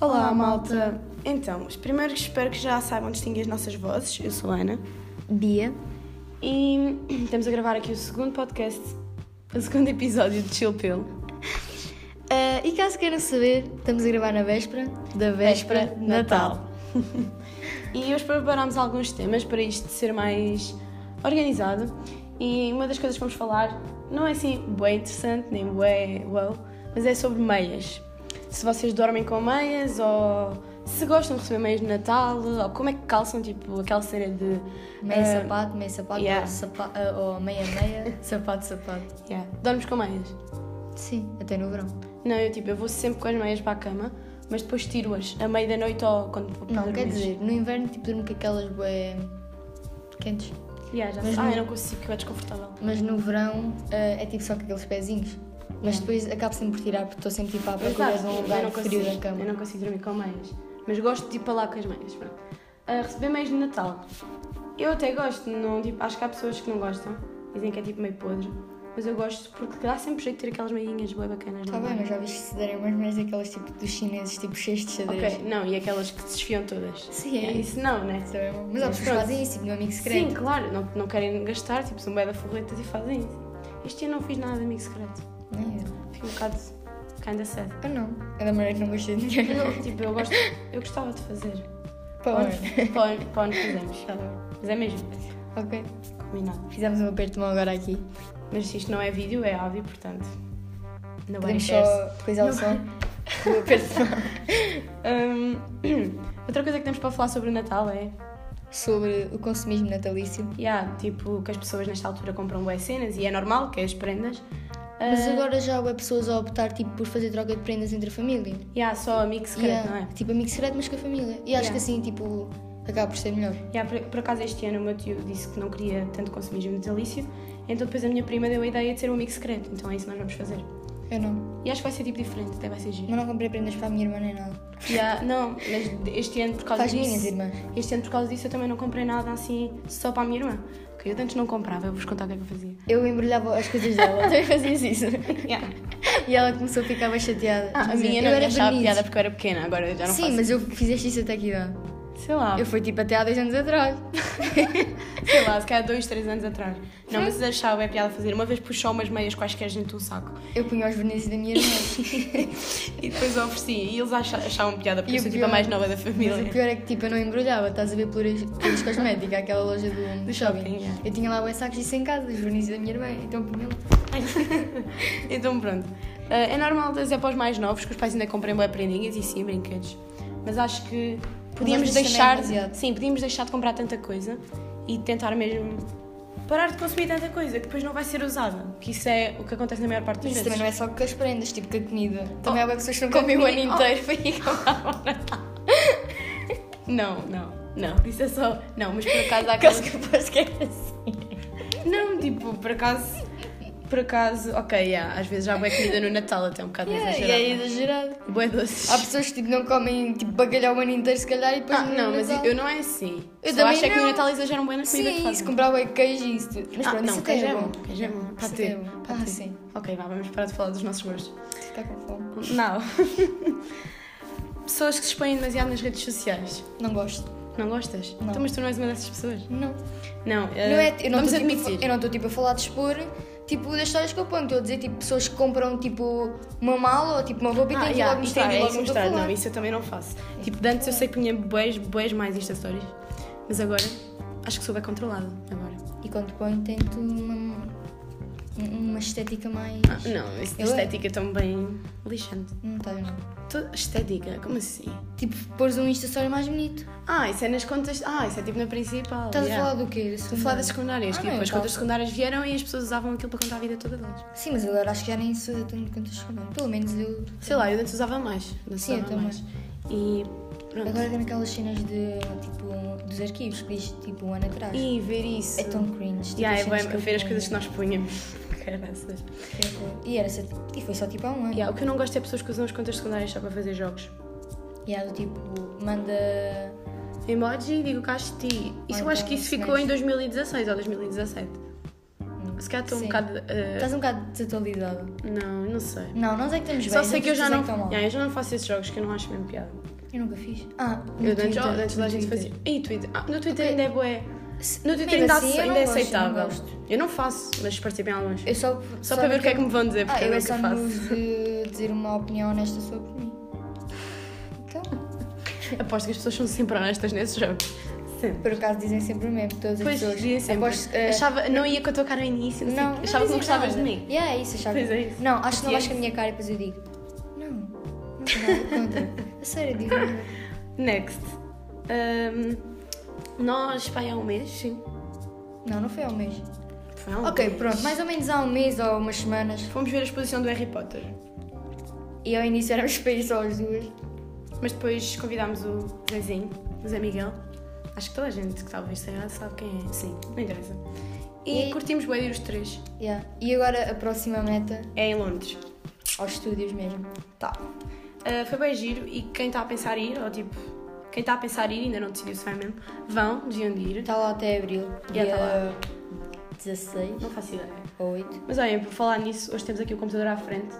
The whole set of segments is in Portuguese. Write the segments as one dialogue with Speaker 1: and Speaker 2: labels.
Speaker 1: Olá, malta! Então, os primeiros espero que já saibam distinguir as nossas vozes. Eu sou a Ana
Speaker 2: Bia.
Speaker 1: e estamos a gravar aqui o segundo podcast, o segundo episódio de Chill Pill.
Speaker 2: Ah, e caso queiram saber, estamos a gravar na véspera da véspera de Natal.
Speaker 1: e hoje preparámos alguns temas para isto ser mais organizado. E uma das coisas que vamos falar não é assim bem interessante, nem bem wow, mas é sobre meias. Se vocês dormem com meias ou se gostam de receber meias de Natal, ou como é que calçam, tipo, aquela cena de.
Speaker 2: Meia
Speaker 1: ah,
Speaker 2: sapato, meia sapato,
Speaker 1: yeah.
Speaker 2: ou, sapa- ah, ou meia meia, sapato, sapato.
Speaker 1: yeah, dormes com meias.
Speaker 2: Sim, até no verão.
Speaker 1: Não, eu tipo, eu vou sempre com as meias para a cama, mas depois tiro-as a meio da noite ou quando vou para
Speaker 2: Não,
Speaker 1: dormir.
Speaker 2: quer dizer, no inverno tipo durmo com aquelas bué quentes.
Speaker 1: Yeah, já
Speaker 2: Mas
Speaker 1: sei. ah,
Speaker 2: não-
Speaker 1: eu não consigo, que é desconfortável.
Speaker 2: Mas no verão ah, é tipo só com aqueles pezinhos. Mas depois acabo sempre por tirar porque estou sempre tipo à procura de um
Speaker 1: eu
Speaker 2: lugar
Speaker 1: não
Speaker 2: frio da
Speaker 1: consigo, eu
Speaker 2: cama.
Speaker 1: não consigo dormir com meias. Mas gosto de ir para lá com as meias. Pronto. Ah, receber meias de Natal. Eu até gosto, não, tipo, acho que há pessoas que não gostam, dizem que é tipo meio podre. Mas eu gosto porque dá sempre jeito de ter aquelas meinhas bem bacanas.
Speaker 2: Está
Speaker 1: não é?
Speaker 2: Tá bem, mas já viste que se derem umas meias daquelas tipo dos chineses, tipo cheios de xadrez.
Speaker 1: Ok, não, e aquelas que se desfiam todas.
Speaker 2: Sim, é
Speaker 1: É,
Speaker 2: isso.
Speaker 1: Isso não, né?
Speaker 2: Isso é bom. Mas há pessoas que
Speaker 1: pronto.
Speaker 2: fazem isso, tipo, no amigo
Speaker 1: Sim,
Speaker 2: secreto.
Speaker 1: claro, não, não querem gastar, tipo, são bué da forretas e fazem isso. Este ano não fiz nada de amigo secreto.
Speaker 2: Nem eu.
Speaker 1: Fiquei um bocado kinda sad.
Speaker 2: Ah, não. É da maneira que não gostei de
Speaker 1: Eu
Speaker 2: dinheiro.
Speaker 1: não, tipo, eu gosto, eu gostava de fazer.
Speaker 2: Pá,
Speaker 1: Para
Speaker 2: olha.
Speaker 1: onde, para onde- para onde fizemos.
Speaker 2: Tá bom.
Speaker 1: Mas é mesmo,
Speaker 2: Ok.
Speaker 1: combinado.
Speaker 2: Fizemos um aperto de mão agora aqui.
Speaker 1: Mas isto não é vídeo, é áudio, portanto. Não é
Speaker 2: Podemos só coisar o som. Um aperto de mão.
Speaker 1: Hum, Outra coisa que temos para falar sobre o Natal é.
Speaker 2: Sobre o consumismo natalício.
Speaker 1: Yeah, tipo, que as pessoas nesta altura compram boas cenas e é normal que é as prendas. Ah,
Speaker 2: Mas agora já há pessoas a optar tipo, por fazer troca de prendas entre a família.
Speaker 1: yeah, só amigo secreto,
Speaker 2: Yeah.
Speaker 1: não é?
Speaker 2: Tipo, amigo secreto, mas com a família. E
Speaker 1: Yeah.
Speaker 2: acho que assim, tipo, acaba por ser melhor.
Speaker 1: Já, por, por acaso este ano o meu tio disse que não queria tanto consumismo natalício, então depois a minha prima deu a ideia de ser um amigo secreto, então é isso que nós vamos fazer.
Speaker 2: Eu não.
Speaker 1: E acho que vai ser tipo diferente, até vai ser giro.
Speaker 2: Mas não comprei prendas para a minha irmã nem nada.
Speaker 1: Já, não, mas este ano por causa
Speaker 2: Faz minhas
Speaker 1: disso.
Speaker 2: irmãs.
Speaker 1: Este ano por causa disso eu também não comprei nada assim só para a minha irmã. Que eu de antes não comprava, eu vou-vos contar o que é que eu fazia.
Speaker 2: Eu embrulhava as coisas dela. Também fazias isso.
Speaker 1: Yeah.
Speaker 2: E ela começou a ficar bem chateada.
Speaker 1: Ah, a
Speaker 2: Dizia,
Speaker 1: minha
Speaker 2: "Eu
Speaker 1: não
Speaker 2: era
Speaker 1: era achava
Speaker 2: bonito."
Speaker 1: piada porque eu era pequena, agora eu já não
Speaker 2: Sim,
Speaker 1: faço.
Speaker 2: mas eu fizeste isso até aqui idade.
Speaker 1: Sei lá,
Speaker 2: Eu fui tipo até há dois anos atrás.
Speaker 1: sei lá, se calhar dois, três anos atrás. Não, mas achava é piada fazer. Uma vez puxou umas meias quaisquer junto do saco.
Speaker 2: Eu punha os vernizes da minha irmã.
Speaker 1: E depois ofereci. E eles acha- achavam piada porque
Speaker 2: E
Speaker 1: eu
Speaker 2: o
Speaker 1: sou tipo a
Speaker 2: pior-
Speaker 1: mais nova da família.
Speaker 2: Mas o pior é que tipo eu não embrulhava, estás a ver pelouras pelouras cosmética, aquela loja do, do shopping.
Speaker 1: shopping, é.
Speaker 2: Eu tinha lá o sacos disso em casa, os vernizes da minha irmã, então punha lá.
Speaker 1: Então pronto. Ah, é normal dizer para os mais novos que os pais ainda comprem boas prendinhas e sim brinquedos. Mas acho que podíamos
Speaker 2: às vezes também é
Speaker 1: deixar.
Speaker 2: demasiado.
Speaker 1: sim, podíamos deixar de comprar tanta coisa e tentar mesmo parar de consumir tanta coisa que depois não vai ser usada. Que isso é o que acontece na maior parte das
Speaker 2: Mas isso também
Speaker 1: vezes.
Speaker 2: não é só com as prendas, tipo com a comida. Também há bué pessoas que não
Speaker 1: Oh, com a
Speaker 2: comem o ano
Speaker 1: comida.
Speaker 2: inteiro para ir comprar. é-
Speaker 1: Não, não, não. Isso é só. Não, mas por acaso há aquelas.
Speaker 2: Caso que eu posso que é assim.
Speaker 1: Não, tipo, por acaso. Por acaso, ok, yeah, às vezes já há boa comida no Natal, até um bocado
Speaker 2: Yeah, e
Speaker 1: exagerado.
Speaker 2: é exagerado.
Speaker 1: Boa doces.
Speaker 2: Há pessoas que tipo, não comem tipo, bacalhau o ano inteiro, se calhar, e depois.
Speaker 1: Ah,
Speaker 2: no
Speaker 1: não, mas
Speaker 2: Natal-
Speaker 1: eu não é assim.
Speaker 2: Eu
Speaker 1: Só
Speaker 2: também
Speaker 1: acho é que no
Speaker 2: não.
Speaker 1: Natal exageram bem na comida que
Speaker 2: Sim, é se
Speaker 1: fazem.
Speaker 2: comprava queijo e isso tudo. Mas
Speaker 1: Ah,
Speaker 2: pronto,
Speaker 1: não,
Speaker 2: isso até
Speaker 1: queijo
Speaker 2: é
Speaker 1: é
Speaker 2: bom.
Speaker 1: bom, queijo é bom.
Speaker 2: Isso
Speaker 1: Pate,
Speaker 2: até é bom.
Speaker 1: pate.
Speaker 2: Ah, sim.
Speaker 1: Ok, vá, vamos parar de falar dos nossos gostos.
Speaker 2: Está com fome.
Speaker 1: Não. pessoas que se expõem demasiado nas redes sociais.
Speaker 2: Não gosto.
Speaker 1: Não gostas?
Speaker 2: Não.
Speaker 1: Então, mas tu não és uma dessas pessoas.
Speaker 2: Não.
Speaker 1: Não, uh,
Speaker 2: não é, eu não
Speaker 1: vamos
Speaker 2: estou tipo, a
Speaker 1: admitir.
Speaker 2: fa- eu não estou tipo a falar de expor tipo das histórias que eu ponho. Estou a dizer tipo pessoas que compram tipo uma mala ou tipo uma roupa e
Speaker 1: Ah,
Speaker 2: têm que
Speaker 1: yeah,
Speaker 2: logo
Speaker 1: mostrar, é
Speaker 2: mostrar.
Speaker 1: isso
Speaker 2: é isso que eu estou a
Speaker 1: mostrar.
Speaker 2: falar.
Speaker 1: Não, isso eu também não faço. Tipo, de antes eu sei que punha boés, boés mais Insta Stories. Mas agora, acho que sou bem controlada. Agora.
Speaker 2: E quando ponho tento uma, um, uma estética mais.
Speaker 1: Ah, não, isso de
Speaker 2: Eu é.
Speaker 1: estética tão bem lixante.
Speaker 2: Não está não.
Speaker 1: Tu- Estética, como assim?
Speaker 2: Tipo, pôres um Insta Story mais bonito.
Speaker 1: Ah, isso é nas contas. Ah, isso é tipo na principal.
Speaker 2: Estás
Speaker 1: yeah.
Speaker 2: a falar do quê? Da
Speaker 1: Estou a falar das secundárias,
Speaker 2: Ah,
Speaker 1: que
Speaker 2: não,
Speaker 1: depois as
Speaker 2: então.
Speaker 1: contas secundárias vieram e as pessoas usavam aquilo para contar a vida toda delas.
Speaker 2: Sim, mas agora acho que já nem se usa tanto quanto as secundárias. Pelo menos eu.
Speaker 1: Sei lá, eu antes usava mais. Não
Speaker 2: Sim, eu
Speaker 1: usava
Speaker 2: também.
Speaker 1: mais. E pronto.
Speaker 2: Agora tem aquelas cenas de, tipo, dos arquivos que diz tipo um ano atrás.
Speaker 1: E ver isso.
Speaker 2: É tão cringe. Tipo,
Speaker 1: Yeah, é
Speaker 2: as cenas
Speaker 1: bem,
Speaker 2: que eu
Speaker 1: ver as
Speaker 2: ponho.
Speaker 1: coisas que nós punhamos. Caraças.
Speaker 2: E, era, só- e foi só tipo há um ano.
Speaker 1: Yeah, o que eu não gosto é pessoas que usam as contas secundárias só para fazer jogos.
Speaker 2: E há do tipo, manda.
Speaker 1: Emoji, digo cá ti. Isso eu
Speaker 2: Ou
Speaker 1: acho que
Speaker 2: então
Speaker 1: isso ficou em
Speaker 2: smash.
Speaker 1: 2016 ou 2017.
Speaker 2: Não
Speaker 1: Se calhar estou um
Speaker 2: Sim.
Speaker 1: bocado. eh,
Speaker 2: Estás um bocado desatualizada.
Speaker 1: não, não sei.
Speaker 2: Não, nós é que estamos bem.
Speaker 1: Só sei que eu já não.
Speaker 2: Mal.
Speaker 1: Yeah, eu já não faço esses jogos que eu não acho mesmo piada.
Speaker 2: Eu nunca fiz. Ah, no
Speaker 1: Eu antes,
Speaker 2: Twitter,
Speaker 1: oh, antes
Speaker 2: no
Speaker 1: da gente
Speaker 2: Twitter.
Speaker 1: fazia. E Twitter? Ah, no Twitter
Speaker 2: Ok.
Speaker 1: ainda é bué.
Speaker 2: Se-
Speaker 1: No Twitter
Speaker 2: mesmo
Speaker 1: ainda,
Speaker 2: assim, eu
Speaker 1: ainda
Speaker 2: não
Speaker 1: é
Speaker 2: gosto, eu não
Speaker 1: aceitável.
Speaker 2: gosto.
Speaker 1: Eu não faço, mas participei em alguns.
Speaker 2: Eu só,
Speaker 1: Só para ver o que é que me vão dizer, porque
Speaker 2: Ah,
Speaker 1: eu
Speaker 2: eu é
Speaker 1: nunca
Speaker 2: só
Speaker 1: faço.
Speaker 2: nos de dizer uma opinião honesta sobre mim. Então,
Speaker 1: Aposto que as pessoas são sempre honestas nesses jogos. Sempre.
Speaker 2: por acaso dizem sempre o mesmo, todas as
Speaker 1: Pois
Speaker 2: pessoas.
Speaker 1: dizia sempre.
Speaker 2: Aposto, eh,
Speaker 1: Achava, não ia com a tua cara no início, não, sei o quê. achava que não
Speaker 2: dizia
Speaker 1: gostavas de
Speaker 2: nada.
Speaker 1: mim.
Speaker 2: Yeah, é isso, achava.
Speaker 1: Pois é isso.
Speaker 2: Não, acho que não
Speaker 1: Dizia
Speaker 2: vais com a minha cara e depois eu digo. Não, não tenho nada contra. A sério, digo.
Speaker 1: Next. Ahm, nós, pá, há um mês, sim.
Speaker 2: Não, não foi há um mês.
Speaker 1: Foi há um
Speaker 2: Ok,
Speaker 1: mês.
Speaker 2: pronto, mais ou menos há um mês ou umas semanas.
Speaker 1: Fomos ver a exposição do Harry Potter,
Speaker 2: E ao início éramos para ir só as duas.
Speaker 1: mas depois convidámos o Zezinho, o Zé Miguel. Acho que toda a gente que estava a ver esta grade sabe quem é. Sim, não interessa. E,
Speaker 2: E-
Speaker 1: curtimos bem ir os três.
Speaker 2: Yeah. E agora a próxima meta,
Speaker 1: É em Londres.
Speaker 2: aos estúdios mesmo.
Speaker 1: Tá. Ah, foi bem giro e quem está a pensar em ir, ou tipo, quem está a pensar em ir ainda não decidiu se vai mesmo, vão, deviam de ir.
Speaker 2: Está lá até abril.
Speaker 1: Já
Speaker 2: Dia
Speaker 1: tá lá.
Speaker 2: 16
Speaker 1: Não faço ideia.
Speaker 2: ou 8.
Speaker 1: Mas olhem, por falar nisso, hoje temos aqui o computador à frente.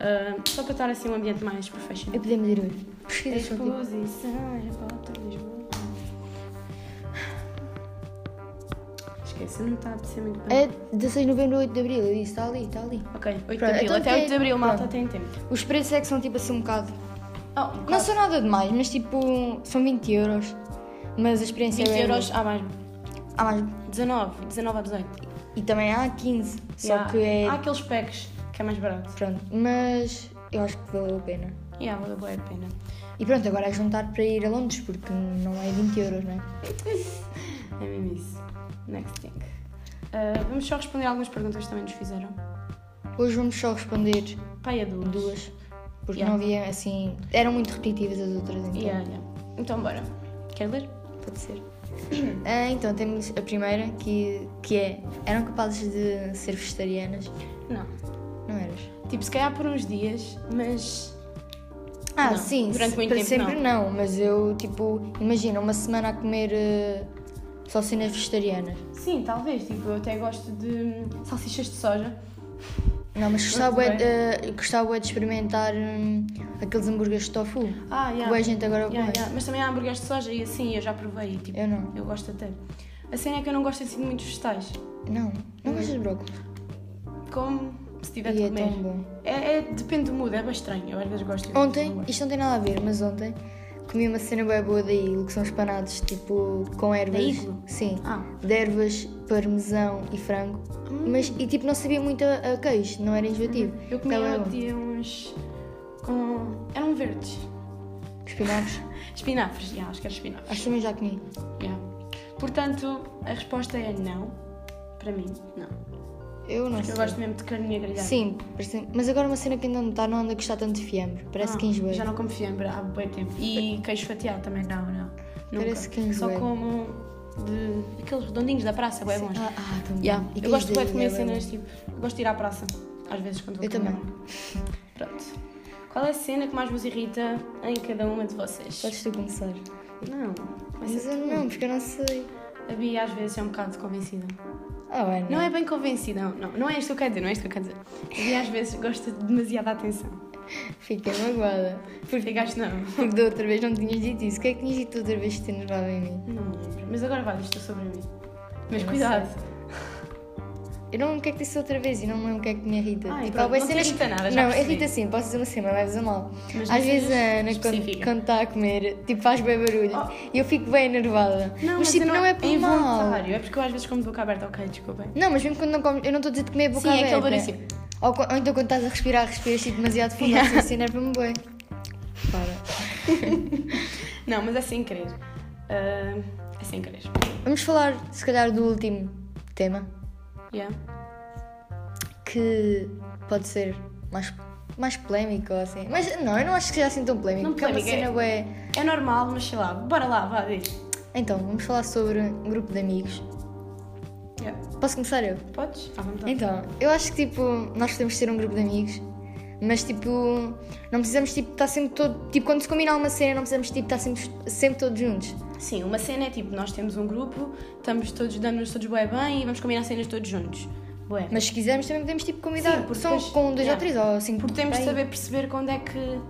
Speaker 1: Ah, só para estar assim um ambiente mais
Speaker 2: Eu
Speaker 1: professional.
Speaker 2: É podemos ir hoje. Pesquisas contigo.
Speaker 1: Exposição, já para outra Lisboa. Esquece, não tá está a apetecer muito bem.
Speaker 2: É 16 de novembro, 8 de abril. Eu disse, está ali, está ali.
Speaker 1: Ok, 8 de
Speaker 2: Pronto,
Speaker 1: abril.
Speaker 2: então
Speaker 1: Até
Speaker 2: que-
Speaker 1: 8 de abril, malta,
Speaker 2: pronto.
Speaker 1: tem tempo.
Speaker 2: Os preços é que são tipo assim um bocado.
Speaker 1: Oh, um
Speaker 2: Não
Speaker 1: bocado.
Speaker 2: são nada demais, mas tipo, são 20 euros. Mas a experiência
Speaker 1: 20
Speaker 2: é. bem-
Speaker 1: euros, ah, mais.
Speaker 2: Há mais.
Speaker 1: 19, 19 a 18.
Speaker 2: E também há 15. Só
Speaker 1: Yeah.
Speaker 2: que é.
Speaker 1: Há aqueles packs que é mais barato.
Speaker 2: Pronto. Mas eu acho que valeu a pena.
Speaker 1: Yeah, valeu bué a pena.
Speaker 2: E pronto, agora é juntar para ir a Londres, porque não é 20 euros, não é?
Speaker 1: É mesmo isso. Next thing. Ah, vamos só responder algumas perguntas que também nos fizeram.
Speaker 2: Hoje vamos só responder
Speaker 1: Pai, a duas.
Speaker 2: duas, porque
Speaker 1: Yeah.
Speaker 2: não havia assim. Eram muito repetitivas as outras, então.
Speaker 1: Yeah, yeah. Então, bora. Quer ler?
Speaker 2: Pode ser. Ah, então temos a primeira, que, que é: eram capazes de ser vegetarianas?
Speaker 1: Não.
Speaker 2: Não eras?
Speaker 1: Tipo, se calhar por uns dias, mas.
Speaker 2: Ah,
Speaker 1: Não,
Speaker 2: sim,
Speaker 1: durante muito
Speaker 2: para
Speaker 1: tempo
Speaker 2: sempre não. mas eu, tipo, imagina uma semana a comer eh, só cenas vegetarianas.
Speaker 1: Sim, talvez. Tipo, eu até gosto de hum, salsichas de soja.
Speaker 2: Não, mas gostava,
Speaker 1: Muito
Speaker 2: bué de- eh, gostava bué de experimentar hum, aqueles hambúrgueres de tofu.
Speaker 1: Ah, yeah.
Speaker 2: Boa gente agora
Speaker 1: Yeah,
Speaker 2: yeah,
Speaker 1: yeah. Mas também há hambúrgueres de soja e assim, eu já provei. e, tipo,
Speaker 2: Eu não.
Speaker 1: Eu gosto até. A cena é que eu não gosto assim de muitos vegetais.
Speaker 2: Não, não gostas de brócolis?
Speaker 1: Como se tiver
Speaker 2: E
Speaker 1: de
Speaker 2: é
Speaker 1: comer.
Speaker 2: tão bom.
Speaker 1: É, é- depende do mood, é bem estranho. Eu às vezes gosto e
Speaker 2: Ontem,
Speaker 1: não gosto.
Speaker 2: isto não tem nada a ver, mas ontem comi uma cena bem boa da Iglo, que são os panados tipo com ervas.
Speaker 1: Iglo?
Speaker 2: Sim.
Speaker 1: Ah.
Speaker 2: De ervas, parmesão e frango. Mas, e tipo, não sabia muito a, a queijo, não era enjoativo.
Speaker 1: Hum. Eu comi
Speaker 2: Estava
Speaker 1: outro
Speaker 2: Tá bom.
Speaker 1: dia uns. com. eram verdes.
Speaker 2: Espinafres.
Speaker 1: Espinafres, já, acho que era espinafres.
Speaker 2: Acho que também já comi.
Speaker 1: Já. Portanto, a resposta é não. Para mim, não.
Speaker 2: Eu não
Speaker 1: Eu
Speaker 2: sei.
Speaker 1: gosto mesmo de carninha grelhada.
Speaker 2: Sim, parece- mas agora uma cena que ainda não está, não anda a gostar tanto de fiambre. Parece
Speaker 1: Ah,
Speaker 2: que enjoei.
Speaker 1: Já não como fiambre há bem tempo. E queijo fatiado também, não, não. Nunca.
Speaker 2: Parece que
Speaker 1: Só
Speaker 2: enjoei.
Speaker 1: como de aqueles redondinhos da praça, bem bons.
Speaker 2: Ah, ah, tão bom.
Speaker 1: Já.
Speaker 2: E
Speaker 1: Eu gosto
Speaker 2: queijo
Speaker 1: bué de
Speaker 2: daí
Speaker 1: comer
Speaker 2: é bem bom.
Speaker 1: cenas tipo. eu Gosto de ir à praça, às vezes quando vou
Speaker 2: Eu
Speaker 1: comer.
Speaker 2: também.
Speaker 1: Pronto. Qual é a cena que mais vos irrita em cada uma de vocês?
Speaker 2: Podes tu começar.
Speaker 1: Não, vai
Speaker 2: Mas
Speaker 1: ser
Speaker 2: eu
Speaker 1: tu.
Speaker 2: não, porque eu não sei.
Speaker 1: A Bia às vezes é um bocado convencida.
Speaker 2: Ah, bem,
Speaker 1: Não é bem convencida, não, não, não é isto que eu quero dizer, não é isto que eu quero dizer. A Bia às vezes gosta de demasiada atenção. é
Speaker 2: Fiquei magoada.
Speaker 1: Porque gajo não.
Speaker 2: Porque da outra vez não tinhas dito isso. O que é que tinhas dito da outra vez que te enervava em mim?
Speaker 1: Não me lembro. Mas agora vai, isto é sobre mim. Mas
Speaker 2: Eu não
Speaker 1: cuidado.
Speaker 2: Eu não lembro o que é que disse outra vez e não me lembro o que é que me irrita.
Speaker 1: Ai,
Speaker 2: tipo,
Speaker 1: pronto,
Speaker 2: há bué
Speaker 1: não te
Speaker 2: cenas-
Speaker 1: irrita nada, já
Speaker 2: Não,
Speaker 1: percebi.
Speaker 2: irrita sim. Posso dizer uma cena, leves a mal.
Speaker 1: Mas não
Speaker 2: Às vezes a
Speaker 1: sejas
Speaker 2: Ana, quando-
Speaker 1: específica.
Speaker 2: quando está a comer, tipo, faz bem barulho.
Speaker 1: Oh.
Speaker 2: E eu fico bem enervada. mas, tipo,
Speaker 1: eu
Speaker 2: não, é por mal.
Speaker 1: involuntário. É porque eu às vezes como de boca aberta, ok, desculpem.
Speaker 2: Não, mas mesmo quando não comes, eu não estou a dizer de comer a boca
Speaker 1: Sim, é
Speaker 2: aberta.
Speaker 1: aquele barulho assim.
Speaker 2: Ou, co- ou então quando estás a respirar, respiras tipo, demasiado fundo, assim, assim, enerva-me bem. Para.
Speaker 1: Não, mas é sem querer. Ah, é sem querer.
Speaker 2: Vamos falar, se calhar, do último tema,
Speaker 1: Yeah.
Speaker 2: que pode ser mais, mais polémico ou assim. Mas não, eu não acho que seja assim tão polémico,
Speaker 1: Não
Speaker 2: porque é uma
Speaker 1: polémico,
Speaker 2: cena
Speaker 1: é-
Speaker 2: bué.
Speaker 1: É normal, mas sei lá, bora lá, vá, diz.
Speaker 2: Então, vamos falar sobre um grupo de amigos.
Speaker 1: Yeah.
Speaker 2: Posso começar eu?
Speaker 1: Podes? À vontade.
Speaker 2: Então, eu acho que tipo, nós podemos ter um grupo de amigos, mas tipo, não precisamos tipo, estar sempre todo. Tipo, quando se combina alguma cena, não precisamos tipo, estar sempre, sempre todos juntos.
Speaker 1: Sim, uma cena é tipo, nós temos um grupo, estamos todos, dando-nos todos bué bem e vamos combinar cenas todos juntos. Bué.
Speaker 2: Mas se quisermos também podemos tipo
Speaker 1: Sim,
Speaker 2: convidar.
Speaker 1: porque
Speaker 2: São
Speaker 1: depois-
Speaker 2: com dois
Speaker 1: Yeah.
Speaker 2: ou assim, três ou cinco.
Speaker 1: Porque temos de
Speaker 2: Bem,
Speaker 1: saber perceber quando é que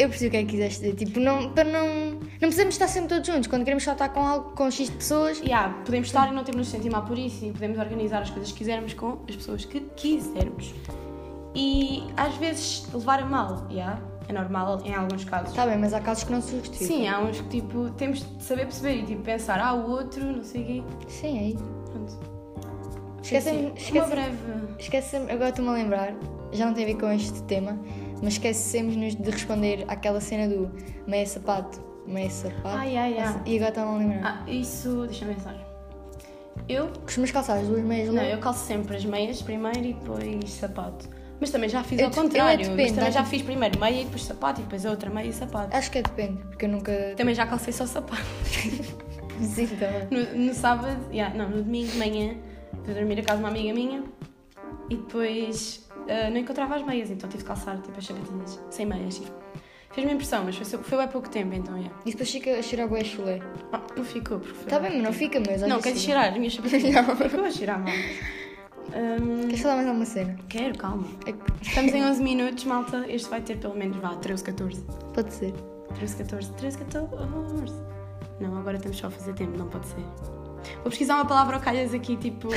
Speaker 2: Eu percebo o que é que quiseste dizer. Tipo, não, para não. Não precisamos estar sempre todos juntos. Quando queremos só estar com algo, com X pessoas.
Speaker 1: Yeah, podemos estar e não temos de nos sentir mal por isso e podemos organizar as coisas que quisermos com as pessoas que quisermos. E às vezes levar a mal, yeah, é normal em alguns casos.
Speaker 2: Está Tá bem, mas há casos que não se justificam.
Speaker 1: Sim, há uns que tipo, temos de saber perceber e tipo, pensar, ah, o outro, não sei o quê.
Speaker 2: Sim, é isso.
Speaker 1: Pronto.
Speaker 2: Esquecem,
Speaker 1: Sim, Uma
Speaker 2: esquecem,
Speaker 1: breve.
Speaker 2: esquecem, agora estou-me a lembrar, já não tem a ver com este tema, mas esquecemos-nos de responder àquela cena do meia sapato, meia sapato.
Speaker 1: Ai, ai, ai.
Speaker 2: E agora estou-me a lembrar.
Speaker 1: Ah, isso, deixa-me pensar. Eu,
Speaker 2: Com os meus calçados, duas meias
Speaker 1: Ah. não,
Speaker 2: longas.
Speaker 1: eu calço sempre as meias primeiro e depois sapato. Mas também já fiz
Speaker 2: Eu
Speaker 1: ao
Speaker 2: de- eu é
Speaker 1: contrário. mas
Speaker 2: depende,
Speaker 1: também
Speaker 2: às
Speaker 1: já
Speaker 2: vezes-
Speaker 1: fiz primeiro meia e depois sapato e depois outra meia e sapato.
Speaker 2: Acho que é depende, porque eu nunca.
Speaker 1: Também já calcei só sapato.
Speaker 2: Sim, também.
Speaker 1: No, no sábado, yeah, não, no domingo de manhã, fui dormir a casa de uma amiga minha e depois ah, não encontrava as meias, então tive de calçar tipo as sapatilhas, sem meias. e Fez-me impressão, mas foi, só- foi há pouco tempo, então é.
Speaker 2: E depois fica a cheirar o chulé.
Speaker 1: não ficou, porque foi.
Speaker 2: Está Tá bem, mas não fica, mas. às
Speaker 1: Não,
Speaker 2: vezes
Speaker 1: queres
Speaker 2: fica.
Speaker 1: cheirar as minhas sapatilhas?
Speaker 2: Não.
Speaker 1: Ficou a cheirar mal. Ahm,
Speaker 2: Queres falar mais alguma cena?
Speaker 1: Hum, quero, calma.
Speaker 2: É que-
Speaker 1: Estamos em 11 minutos, malta. Este vai ter pelo menos, vá, 13, 14.
Speaker 2: Pode ser.
Speaker 1: 13, 14, 13, 14. oh, Não, agora temos só a fazer tempo, não pode ser. Vou pesquisar uma palavra ao calhas aqui, tipo,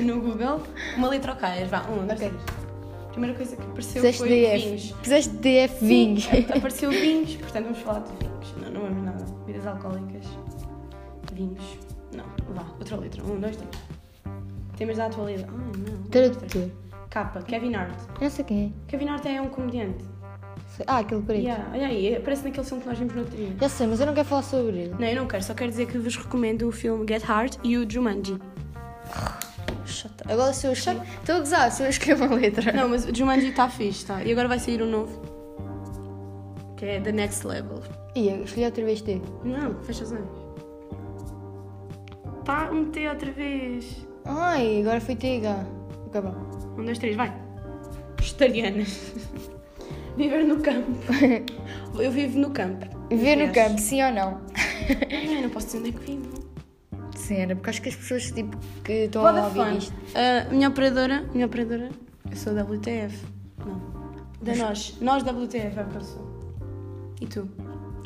Speaker 1: no Google. Uma letra ao calhas, vá. Um, dois,
Speaker 2: Ok.
Speaker 1: três. A primeira coisa que apareceu
Speaker 2: Puseste
Speaker 1: foi
Speaker 2: DF.
Speaker 1: vinhos.
Speaker 2: Puseste DF vinhos.
Speaker 1: Sim, é, apareceu vinhos, portanto vamos falar de vinhos. Não, não vamos nada. Bebidas alcoólicas. Vinhos. Não, vá, outra letra. Um, dois, três. Temas da atualidade. Ai, não.
Speaker 2: Tradutor.
Speaker 1: Capa, Kevin Hart.
Speaker 2: Eu não sei quem
Speaker 1: Kevin Hart é um comediante.
Speaker 2: é. Ah, aquele preto.
Speaker 1: Yeah, olha aí, aparece naquele filme que nós vimos no outro dia.
Speaker 2: Já sei, mas eu não quero falar sobre ele.
Speaker 1: Não, eu não quero, só quero dizer que vos recomendo o filme Get Hard e o Jumanji.
Speaker 2: Chata. Agora se eu escrevo. Estou a gozar, se eu escrevo uma letra.
Speaker 1: Não, mas o Jumanji está fixe, tá? E agora vai sair um novo. Que é The Next Level.
Speaker 2: E eu escolhi outra vez T.
Speaker 1: Não, fecha os olhos. Tá, um T outra vez.
Speaker 2: Ai, agora foi Tá TH. Acabou.
Speaker 1: Um, dois, três, vai. Vegetarianas. Viver no campo. Eu vivo no campo.
Speaker 2: Viver
Speaker 1: Yes.
Speaker 2: no campo, sim ou não?
Speaker 1: Ah, não, eu não posso dizer onde é que vivo.
Speaker 2: Sim, era porque acho que as pessoas tipo, que estão a ouvir
Speaker 1: Vodafone.
Speaker 2: isto.
Speaker 1: A Ah, minha operadora, minha operadora, eu sou WTF. Não. Da nós. Nós WTF é o que eu sou. E tu?
Speaker 2: Eu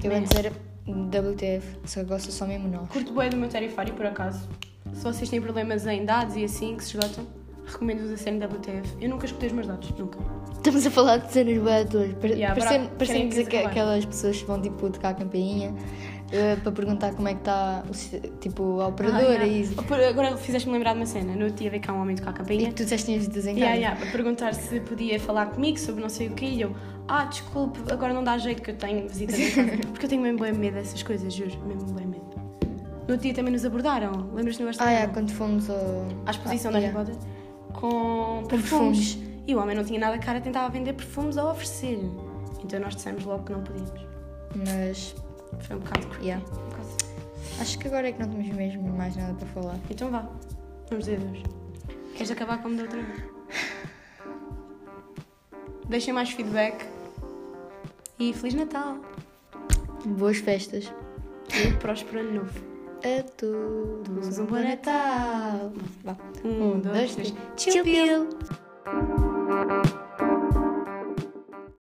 Speaker 1: Também
Speaker 2: antes era WTF, só gosto só mesmo nós.
Speaker 1: Curto bem do meu tarifário, por acaso. Se vocês têm problemas em dados e assim que se esgotam, recomendo-vos a cena WTF. Eu nunca escutei os meus dados, nunca.
Speaker 2: Estamos a falar de cenas boas
Speaker 1: Yeah,
Speaker 2: Parecemos
Speaker 1: bora- querem
Speaker 2: parecemos
Speaker 1: que
Speaker 2: aqu-
Speaker 1: acabar.
Speaker 2: aquelas pessoas que vão tipo tocar a campainha eh, para perguntar como é que está o sis- tipo, a operadora
Speaker 1: Ah,
Speaker 2: e
Speaker 1: yeah.
Speaker 2: isso.
Speaker 1: Por- Agora fizeste-me lembrar de uma cena. No outro dia veio cá um homem tocar a
Speaker 2: E
Speaker 1: campainha.
Speaker 2: que tu disseste tinhas vidas em casa.
Speaker 1: Yeah, yeah, para perguntar se podia falar comigo sobre não sei o que e eu, ah, desculpe, agora não dá jeito que eu tenho visitas em casa. Porque eu tenho mesmo bem medo dessas coisas, juro, mesmo bem medo. No outro dia também nos abordaram, lembras-te no
Speaker 2: Ah,
Speaker 1: Barcelona?
Speaker 2: yeah, quando fomos ao...
Speaker 1: À exposição
Speaker 2: Ah,
Speaker 1: da
Speaker 2: yeah.
Speaker 1: Harry Potter, com perfumes. E o homem não tinha nada cara, tentava vender perfumes a oferecer. Então nós dissemos logo que não podíamos.
Speaker 2: Mas
Speaker 1: Foi um bocado creepy.
Speaker 2: Yeah.
Speaker 1: Um bocado...
Speaker 2: acho que agora é que não temos mesmo mais nada para falar.
Speaker 1: Então vá, vamos dizer adeus. Queres acabar como da outra vez? Deixem mais feedback. E Feliz Natal!
Speaker 2: Boas festas
Speaker 1: E um próspero ano novo.
Speaker 2: a todos.
Speaker 1: Um bom
Speaker 2: Natal. Vá. Um,
Speaker 1: Um, dois, Um, três.
Speaker 2: Tchau, Bill.